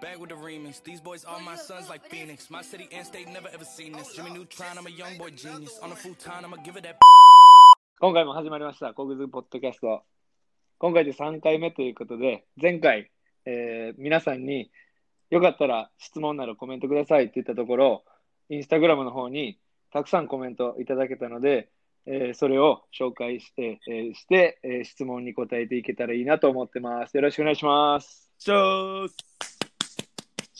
bag with the Remus. These boys are my sons like Phoenix. My city and state never ever seen this. Jimmy Neutron, I'm a young boy genius. On a futon, I'ma give it that. 今回も始まりました、コグズポッドキャスト。今回で3回目ということで、前回、えー皆さんによかったら質問などコメントくださいって言ったところ、インスタグラムの方にたくさんコメントいただけたので、えーそれを紹介して、えーして、えー質問に答えていけたらいいなと思ってます。よろしくお願いします。ショース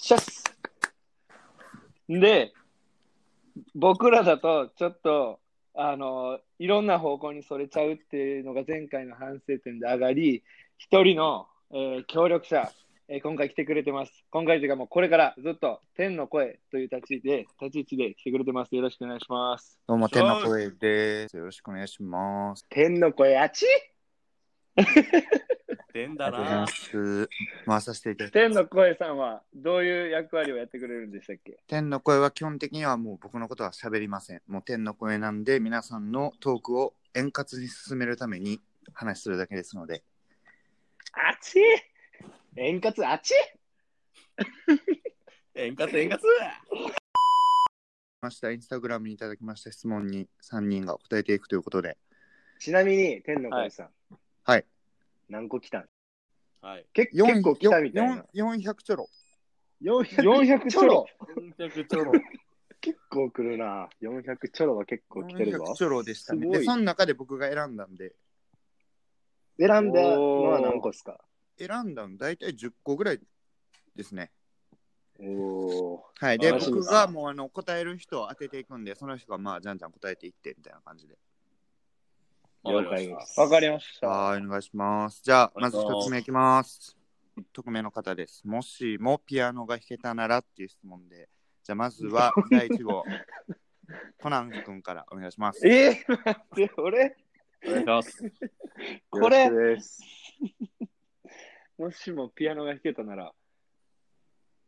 シャッスで、僕らだとちょっと、あの、いろんな方向にそれちゃうっていうのが前回の反省点で上がり、一人の、えー協力者、えー今回来てくれてます。今回というかもうこれからずっと天の声という立ち位置で、立ち位置で来てくれてます。よろしくお願いします。どうも、そう天の声です。よろしくお願いします。天の声あちでんあだりがとうございなま。す。回させていただき天の声さんはどういう役割をやってくれるんでしたっけ天の声は基本的にはもう僕のことは喋りません。もう天の声なんで、皆さんのトークを円滑に進めるために話するだけですので。あち円滑あち円滑円滑ました、インスタグラムにいただきました質問に3人が答えていくということで。ちなみに、天の声さん。はい。何個来たんはい。け4結構来たみたいな。 400ちょろ。 400 400ちちょょろろ。ちょろ。結構来るな。400ちょろは結構来てるぞ400。ちょろでしたすね。ごいで、その中で僕が選んだんで、選んだのは何個っすか選んだの大体10個ぐらいですね。おおはい。で、あそうで僕すかがもうあの答える人を当てていくんで、その人がまあ、じゃんじゃん答えていってみたいな感じで。ー。了解です。わかりました。はい、お願いします。じゃあ、お願まいしずます一つ目いきます。匿名の方です。もしもピアノが弾けたならっていう質問で、じゃあまず は第1号、コナン君からお願いします。えー、待って、俺、お願いします。これよろしくです もしもピアノが弾けたなら、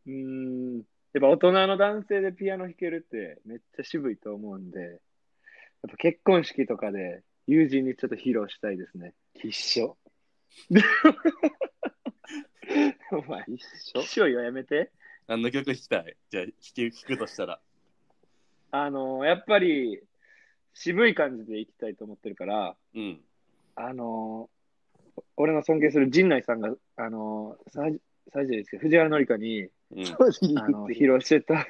うーん、やっぱ大人の男性でピアノ弾けるってめっちゃ渋いと思うんで、やっぱ結婚式とかで友人にちょっと披露したいですね。一緒。 お前、一緒き。しょいはやめて。何の曲弾きたいじゃあ弾き、弾くとしたら。あの、やっぱり渋い感じでいきたいと思ってるから、うん。あの、俺の尊敬する陣内さんが、あの、サージサージェリーですけど、藤原紀香に、うん。 あの、披露してた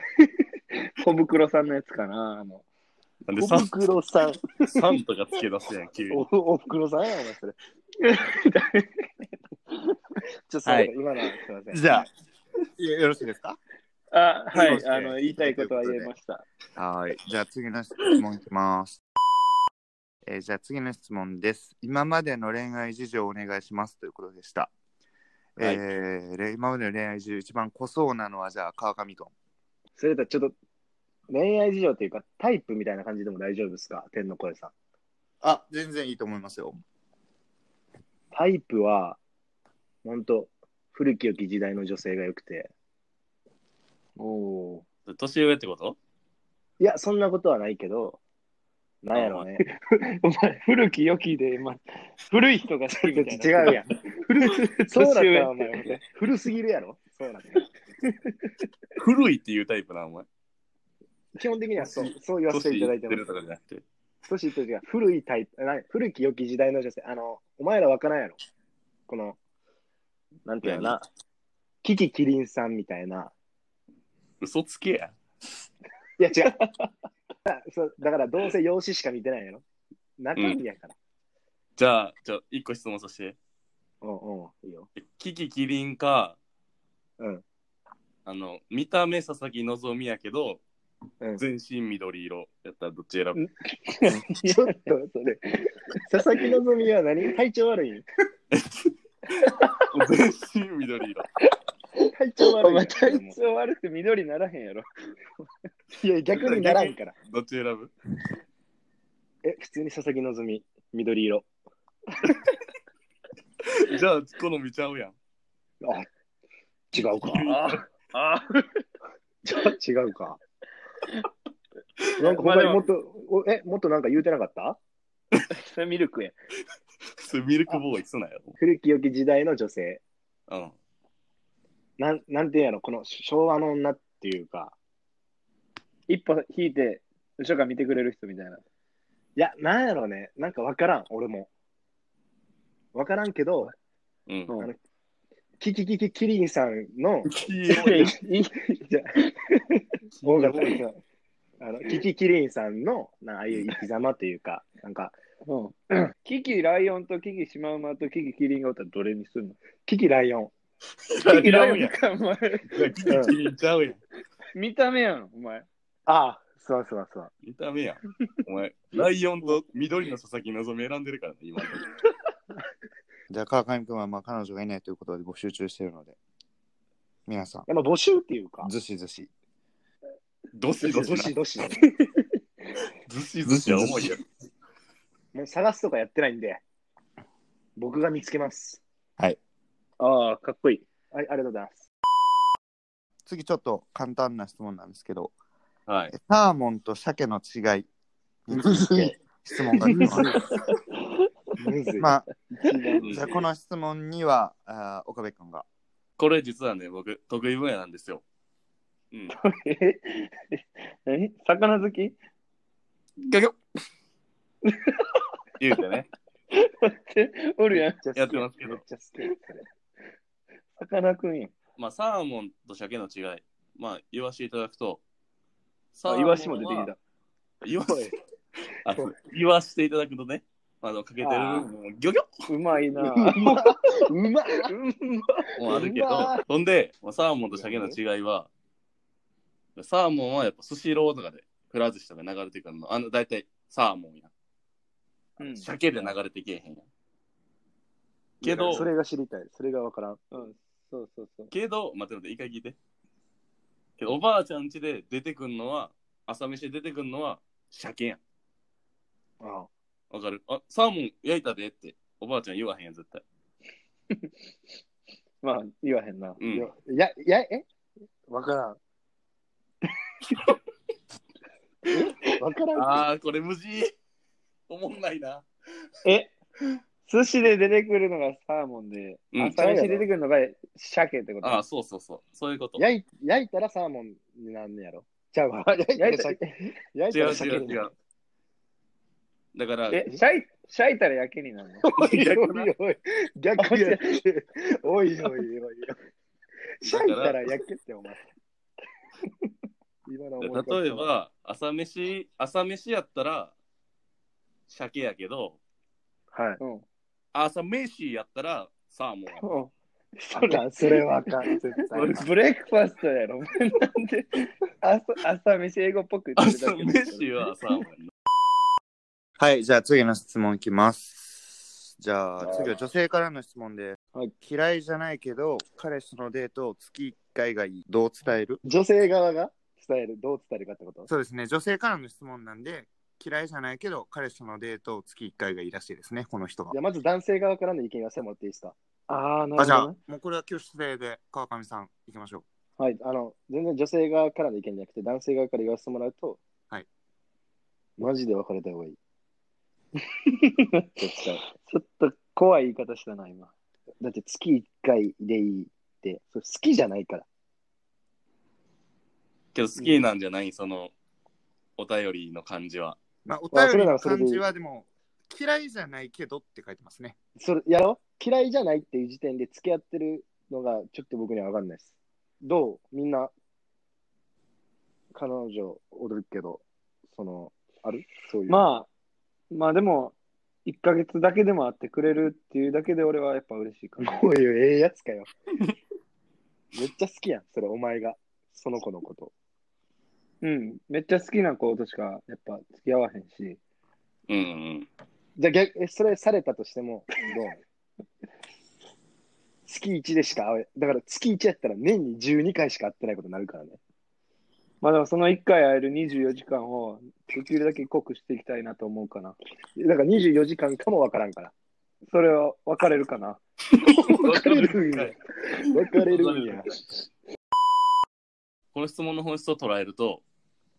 小袋さんのやつかな、あの、なんでおサふくろさん。ン、サンとかつけ出すやん、急に。おおふくろさんやお前それ。ちょっと、はい今のはすいません。じゃあ、よよろしいですかあ、はそうでい、すねあの、言いたいことは言えました。はい。じゃあ次の質問いきます。えーじゃあ次の質問です。今までの恋愛事情をお願いしますということでした。はいえーれ今までの恋愛事情、一番濃そうなのはじゃあ川上君。それだったらちょっと、恋愛事情というか、タイプみたいな感じでも大丈夫ですか天の声さん。あ、全然いいと思いますよ。タイプは、ほんと、古き良き時代の女性が良くて。おお。年上ってこといや、そんなことはないけど、なんやろね。お前、古き良きで、ま、古い人が好きみたい違な。う やん。そうだった年上らお前、古すぎるやろそうなんだ。古いっていうタイプな、お前。基本的にはそう、そう言わせていただいて年まいってるとす。かじゃなくて。年いってる時は古いタイプ、な古き良き時代の女性。あの、お前らわからんやろこの、なんていうのかな。キキキリンさんみたいな。嘘つけや。いや、違う。 あそうだから、どうせ容姿しか見てないやろ中身やから。じゃあ、じゃあ、一個質問させて。うんうん、いいよ。キキキリンか、うん。あの、見た目佐々木希やけど、うん全身緑色やったらどっち選ぶちょっとそれ、佐々木希は何体調悪いん全身緑色。体調悪いんお前、体調悪くて緑ならへんやろ。いや、逆にならんから。どっち選ぶえ、普通に佐々木希、緑色。じゃあ、好みちゃうやん。あ、違 うか。あちょ違うか。なんかまあ他でにももっと、おえ、もっとなんか言うてなかったあ、ミルクや。それミルクボーイすなよ。古き良き時代の女性。うん。なん、なんていうんやろ、この昭和の女っていうか、一歩引いて、後ろから見てくれる人みたいな。いや、なんやろね、なんかわからん、俺も。わからんけど、うん。うんあのキキキキキリンさんの、じゃ大型の 人あのキキキリンさんの、なああいう生き様という か、なんか、うん、キキライオンとキキシマウマとキキキリンがおったらどれにするのキキライオン。キキライオンや。か、お前。キキリンちゃうやん。見た目やん、お前。ああ、そうそうそう。見た目やん。お前、ライオンと緑の佐々木希選んでるからね、今。じゃあ、川上君はまあ彼女がいないということで募集中しているので、皆さん、やっぱ募集っていうか、ずしずし。どしどどししな。 どし。ずしずしは重いよ。もう探すとかやってないんで、僕が見つけます。ああ、かっこいい。はい、ありがとうございます。次、ちょっと簡単な質問なんですけど、はい。サーモンと鮭の違いについ て質問が来てます。むずい。まあ、じゃあこの質問には、あー岡部君が。これ実はね、僕、得意分野なんですよ。うん。え何魚好きギョギョ言うてね、おるやん。やってますけめどっ。ちゃ好き。魚くんやん。まあ、サーモンと鮭の違い。まあ、言わせていただくと。サあ、イワシも出てきたた。言わせあ言わしていただくとね、あのかけてるあーもうギョギョうまいな。うまっもあるけどうまい、ほんで、まあ、サーモンと鮭の違いは、サーモンはやっぱスシローとかでくら寿司とか流れてくるの、あの大体サーモンや。うん鮭で流れてけえへんや。けどそ、れが知りたい。それがわからん。うん、そうそうそう。けど、待って待って、一回聞いて。けど、おばあちゃん家で出てくんのは、朝飯で出てくんのは鮭やん。あわかるあ、サーモン焼いたでって、おばあちゃん言わへんやん、絶対。 まあ、言わへんな。うんいや、いや、えわからん。えわからん。あー、これ無事。おもんないな。え 寿司で出てくるのがサーモン で、うん朝飯で出てくるのが鮭ってこと。あー、そうそうそう。そういうこと。焼い焼いたらサーモンになんねやろ。ちゃうわ。焼い た焼らいた鮭焼違いたうら違鮭う違う。だから、え、シャイ、シャイたらやけになるのおいおいおい。逆やって。おいおいおいおい。シャイたら焼けってお前。今の思い方例え、ば、朝飯、朝飯やったら、鮭やけど、はい。うん。朝飯やったら、サーモンや。うん そあかんそれはあかん。絶対。れ、ブレックファストやろ。お前なんで朝朝飯英語っぽく言ってる朝だけだ飯はサーモンやな。はい、じゃあ次の質問いきます。じゃあ次は女性からの質問です。はい嫌いじゃないけど、彼氏とのデートを月1回がいい。どう伝える女性側が伝える、どう伝えるかってことそうですね、女性からの質問なんで、嫌いじゃないけど、彼氏とのデートを月1回がいいらしいですね、この人がい。や、まず男性側からの意見言わせてもらっていいですかああ、なるほあじゃどあな。、もうこれは挙手制で川上さん、行きましょう。はい、あの、全然女性側からの意見じゃなくて、男性側から言わせてもらうと、はい。マジで別れた方 がいい。 絶対。ちょっと怖い言い方したな、今。だって月1回でいいって、それ好きじゃないから。けど、好きなんじゃないその、お便りの感じは。まあ、おあ便そりれなのらそれでい感いじはでも、嫌いじゃないけどって書いてますね。それ、やろ嫌いじゃないっていう時点で付き合ってるのが、ちょっと僕には分かんないです。どうみんな、彼女おるけど、その、あるそういう。まあ、まあでも、1ヶ月だけでも会ってくれるっていうだけで俺はやっぱ嬉しいかな。 こういうええやつかよ。めっちゃ好きやん、それ、お前が。その子のこと。うん。めっちゃ好きな子としかやっぱ付き合わへんし。うんうん。じゃあ逆、えそれされたとしても、どうなの月1でしか会え、だから月1やったら年に12回しか会ってないことになるからね。まあでもその1回会える24時間をできるだけ濃くしていきたいなと思うかな。だから24時間かもわからんから。それは別れるか な。別れるんや。別れるんや。この質問の本質を捉えると、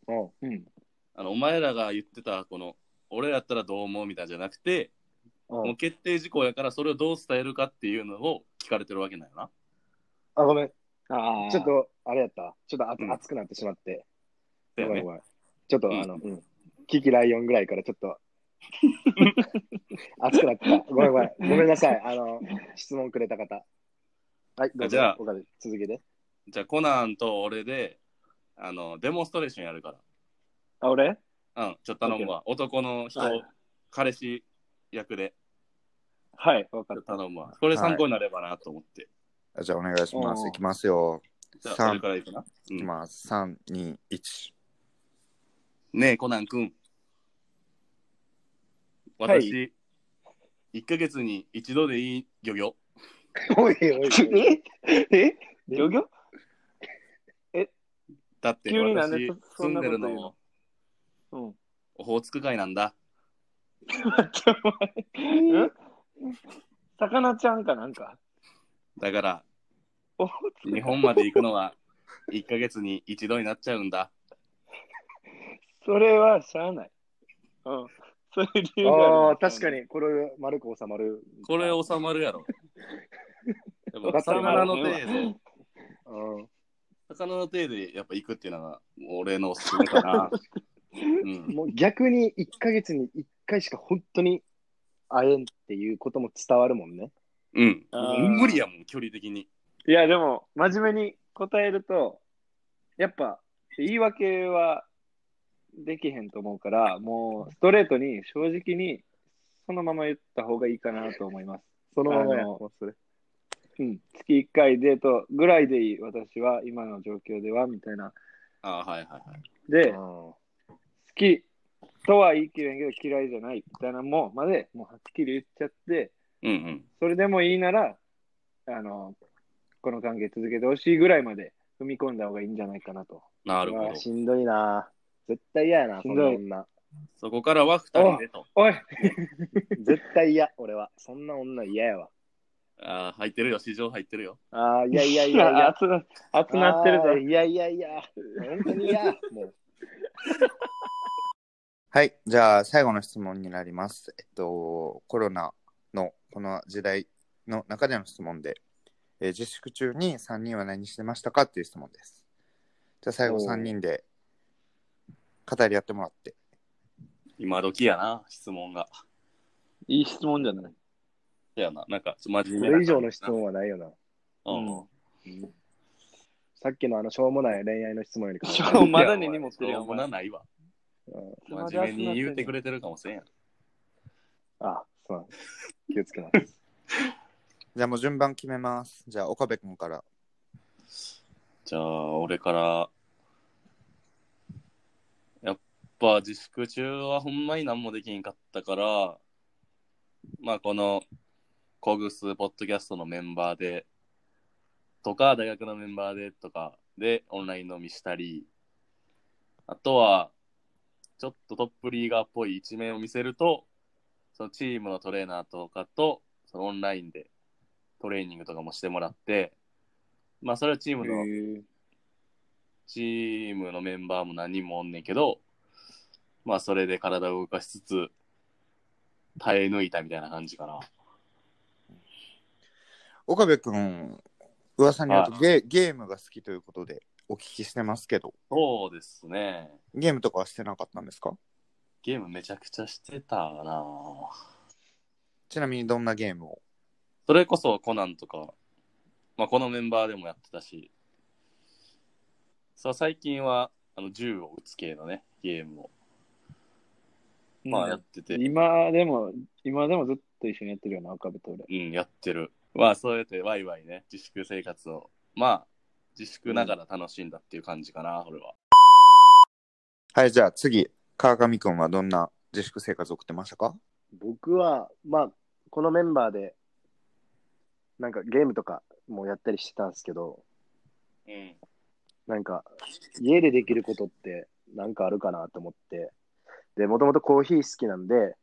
うん。うん。あのお前らが言ってた、この、俺らやったらどう思うみたいじゃなくて、うもんう、決定事項やから、それをどう伝えるかっていうのを聞かれてるわけなんよな。あ、ごめん。ああ。ちょっと、あれやった。ちょっとあうん熱くなってしまって。だよごめんねごめん。ちょっと、うんあの、うんキキライオンぐらいからちょっと、 熱くなってた。ごめんごめん。ごめんなさい。あの、質問くれた方。はい、どうぞ。じゃあ岡部続けて。じゃあ、コナンと俺で、あの、デモンストレーションやるかあ、俺ら。うん、ちょっと頼むわ。男の人、はい彼氏役ではい、わかちょっっと頼むわ。これ参考になればなと思って。あじゃあお願いしまおす。ーいきますよ。じゃあ、そ3れ、からいくな。いきます。3、2、1。ねえ、コナン君。はい私、一1ヶ月に一度でいい漁業。おいお いおた。い。ええ漁業だって急になんで私そ、そ住んんなでことる言うののうん。オホーツク海なんだ。待って、お前。ん魚ちゃんかなんか。だから、お日本まで行くのは1ヶ月に一度になっちゃうんだ。それはしゃあない。うん。そういう理由があああ、る確か。に、これ、丸く収まる。これ収まるやろ。でもわかった魚の手で、うん。魚の手でやっぱ行くっていうのが俺のおすすめか な。うん、もう逆に1ヶ月に1回しか本当に会えんっていうことも伝わるもんね。うんあー。無理やもん、距離的に。いや、でも、真面目に答えると、やっぱ、言い訳はできへんと思うから、もう、ストレートに、正直に、そのまま言った方がいいかなと思います。そのままやあ。のうん、月1回デートぐらいでいい、私は、今の状況では、みたいな。ああ、はいはいはい。で、好うんきとは言い切れんけど、嫌いじゃない、みたいなのもんまで、もうはっきり言っちゃって、うんうん。それでもいいなら、あの、この関係続けてほしいぐらいまで踏み込んだ方がいいんじゃないかなと。なるうほわど。しんどいな。絶対嫌やな、しそんんどない女。そこからは二人でと。おい絶対嫌、 俺は。そんな女嫌やわ。ああ、入ってるよ、市場入ってるよ。ああ、いやいやい やいや。熱な、熱なってるあぞー。いやいやいや。本当に嫌。も う。はい。じゃあ、最後の質問になります。えっと、コロナのこの時代の中での質問で、えー自粛中に3人は何してましたかっていう質問です。じゃあ、最後おー3人で語り合ってもらって。今時やな、質問が。いい質問じゃない。そやな、なんか、真面そ目なれ以上の質問はないよな。うん。さっきのあの、しょうもない恋愛の質問よりかは。そうまだ根に持ってそるうよ。おも前なないわ。真面目に言うてくれてるかもしれんやろ。あ、そうなんです。気をつけます。じゃあ、もう順番決めます。じゃあ、岡部君から。じゃあ、俺から。やっぱ自粛中はほんまに何もできんかったから、まあこの、コグスポッドキャストのメンバーで、とか、大学のメンバーでとかでオンライン飲みしたり、あとは、ちょっとトップリーガーっぽい一面を見せると、そのチームのトレーナーとかと、そのオンラインでトレーニングとかもしてもらって、まあそれはチームのチームのメンバーも何人もおんねんけど、まあそれで体を動かしつつ、耐え抜いたみたいな感じかな。岡部君、噂によるとゲゲームが好きということでお聞きしてますけど、そうですね。ゲームとかはしてなかったんですかゲームめちゃくちゃしてたなちなみにどんなゲームをそれこそコナンとか、まあこのメンバーでもやってたし、そう最近はあの銃を撃つ系のね、ゲームを、まあやってて、今でも、今でもずっと一緒にやってるよな、岡部と俺。うん、やってる。まあそうやってワイワイね、自粛生活を、まあ自粛ながら楽しんだっていう感じかな、俺は。はい、じゃあ次、川上君はどんな自粛生活を送ってましたか僕は、まあ、このメンバーで、なんかゲームとかもやったりしてたんですけど、うん。なんか、家でできることってなんかあるかなと思って、で、もともとコーヒー好きなんで、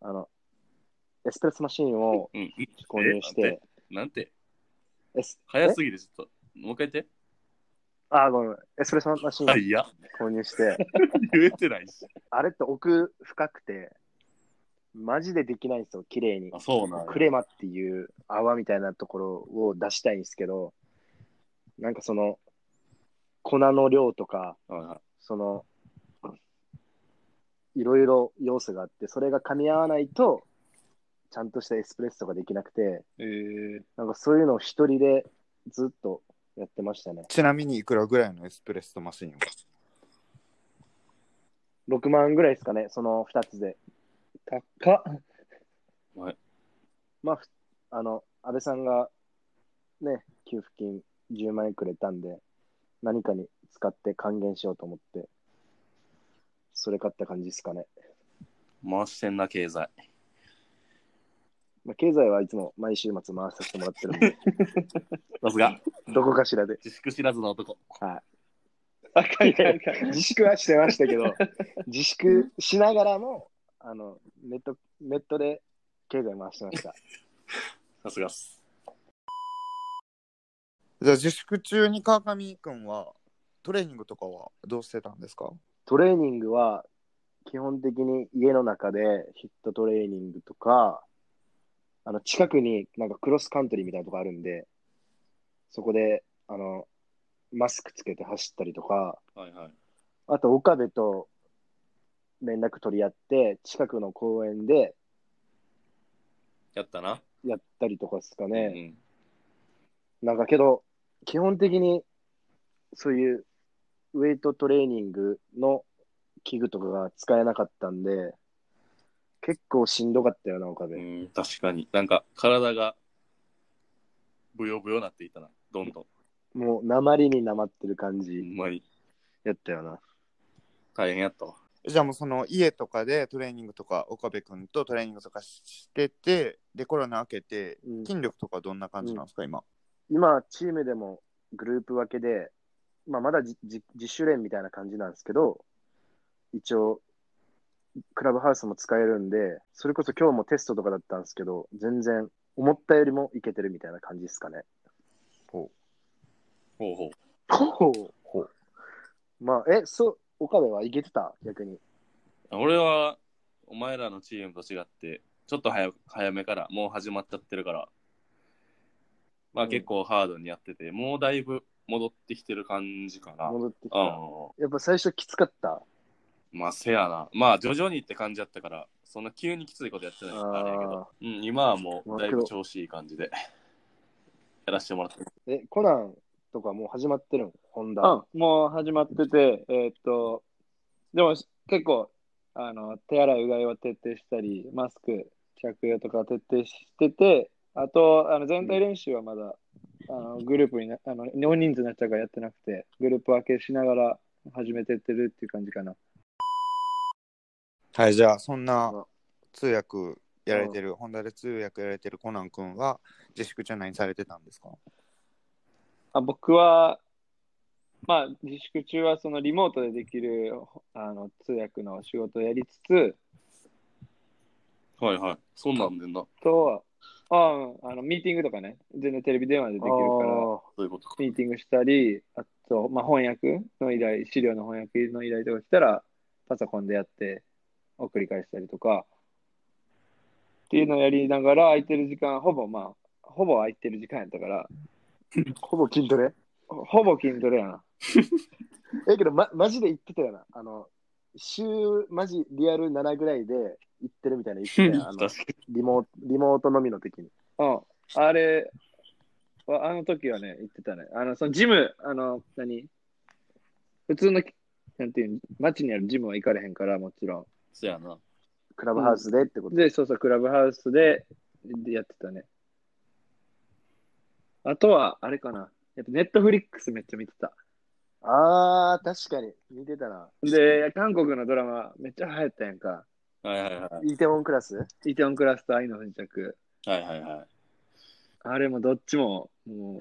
あの、エスプレッソマシンをうん、購入しえて、なんて、エス早すぎる、ちょっと。もう一回言って。あ、ごめん、エスプレッソマシンをいや。購入して、言えてないし。あれって奥深くて、マジでできないんですよ、綺麗にあ、。そうなんやクレマっていう泡みたいなところを出したいんですけど、なんかその、粉の量とか、はいはいその、いろいろ要素があって、それが噛み合わないと、ちゃんとしたエスプレッソができなくて、えー、なんかそういうのを一人でずっとやってましたね。ちなみにいくらぐらいのエスプレッソマシンは6万ぐらいですかね、その2つで。高っ。まあ、ふあの、安倍さんがね、給付金10万円くれたんで、何かに使って還元しようと思って、それ買った感じですかね。回してんな、経済。まあ、経済はいつも毎週末回させてもらってるんで、さすが、どこかしらで。自粛知らずの男。高い高い。自粛はしてましたけど、自粛しながらも、あの、ネット、ネットで経済回してました。さすがっす。じゃあ自粛中に川上くんはトレーニングとかはどうしてたんですかトレーニングは、基本的に家の中でヒットトレーニングとか、あの、近くになんかクロスカントリーみたいなとこあるんで、そこで、あの、マスクつけて走ったりとか、はいはい。あと岡部と連絡取り合って、近くの公園でやったな。やったりとかですかうね。ん。なんかけど、基本的にそういうウェイトトレーニングの器具とかが使えなかったんで、結構しんどかったよな、岡部。うん、確かに。なんか、体が、ぶよぶよなっていったな。どんどん。もう、鉛に鉛ってる感ほじんまに、やったよな。大変やったわ。じゃあもうその家とかでトレーニングとか岡部くんとトレーニングとかしててでコロナ明けてうん筋力とかどんな感じなんですか、今今、チームでもグループ分けで、まあ、まだじじ自主練みたいな感じなんですけど、一応、クラブハウスも使えるんで、それこそ今日もテストとかだったんですけど、全然思ったよりもいけてるみたいな感じですかね。ほうほう。ほうほう。まあ、え、そう、岡部はいけてた逆に。俺は、お前らのチームと違って、ちょっと早早めから、もう始まっちゃってるから、まうあん結構ハードにやってて、もうだいぶ戻ってきてる感じかな。戻ってきた。やあっぱ最初きつかった。まあせやな。まあ徐々にって感じやったから、そんな急にきついことやってないからあれやけど、うん、今はもうだいぶ調子いい感じで、やらせてもらってます。え、コナンとかもう始まってるんホンダ。うん、もう始まってて、えーっと、でも結構、あの、手洗い、うがいは徹底したり、マスク着用とか徹底してて、あと、あの全体練習はまだ、あのグループにな、あの、大人数になっちゃうからやってなくて、グループ分けしながら始めてってるっていう感じかな。はいじゃあそんなうん通訳やられてる、ホンダで通訳やられてるコナンくんは自粛中何されてたんですかあ僕は、まあ、自粛中はそのリモートでできるあの通訳の仕事をやりつつ、はいはい。そんなんでんな。と、あうんあのミーティングとかね、全然テレビ電話でできるから、あーそういうことか。ミーティングしたり、あと、まあ、翻訳の依頼、資料の翻訳の依頼とか来たら、パソコンでやって、送り返したりとか、っていうのをやりながら、空いてる時間、ほぼ、まあ、ほぼ空いてる時間やったから、ほぼ筋トレほほぼ筋トレやな。え、けど、ま、マジで言ってたよな。あの、週、マジリアル7ぐらいで行ってるみたいな言ってたよあ確のかリモート、リモートのみの時に。うん、あれは、あの時はね、言ってたね。あの、そのジム、あの、何普通の、なんていうの、街にあるジムは行かれへんから、もちろそうやな。クラブハウスでってことん。。で、そうそう、クラブハウスでやってたね。あとは、あれかな。やっぱネットフリックスめっちゃ見てた。あー、確かに。見てたな。で、韓国のドラマめっちゃ流行ったやんか。はいはいはイテウォンクラスイテオンクラスと愛の不時着。い。はいはいはい。あれもどっちも、もう、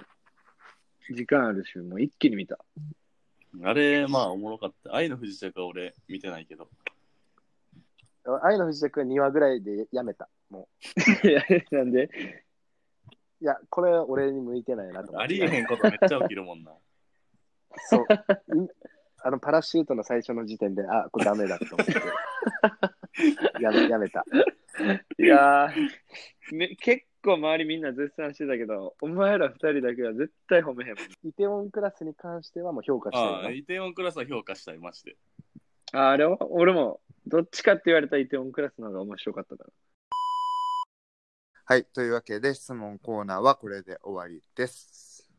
時間あるし、もう一気に見た。 あれ、まあおもろかった。愛の不時着は俺見てないけど。愛の不時着は2話ぐらいでやめた。もいやなんでう。いや、これは俺に向いてないなと思って。ありえへんことめっちゃ起きる もんな。そう。い あの、パラシュートの最初の時点で、あ、これダメだと思って。やめ、やめた。 いやー、め結構周りみんな絶賛してたけど、お前ら二人だけは絶対褒めへんもん。イテウォンクラスに関してはもう評価してるああ、イテウォンクラスは評価したい、まして。ああれは俺も、どっちかって言われたらイテウォンクラスの方が面白かったから。はい、というわけで質問コーナーはこれで終わりです。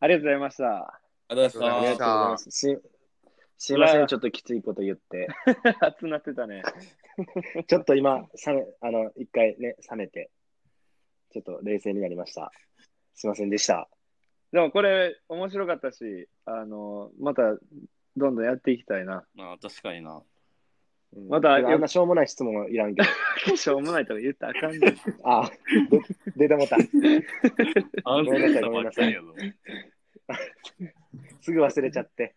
ありがとうございました。ありがとうござないあまりがとうした。ございます。しすいません、ちょっときついこと言って。 熱なってたね。ちょっと今、冷め、あの、一回ね、冷めて、ちょっと冷静になりました。すいませんでした。でもこれ面白かったし、あの、またどんどんやっていきたいな。 まあ、確かにな。うんまたあんなしょうもない質問はいらんけど。しょうもないとか言ったらあかんねん。あ、で 出てもうた。安めんなさいごめんなさいやぞ。すぐ忘れちゃって。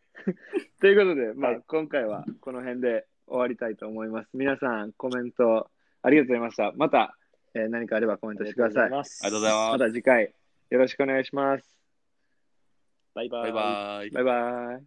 ということで、まあはい今回はこの辺で終わりたいと思います。皆さんコメントありがとうございました。また、えー何かあればコメントしてください。あありがとうございす。ま。ますた次回よろしくお願いします。バイババイバイ。バイバイ。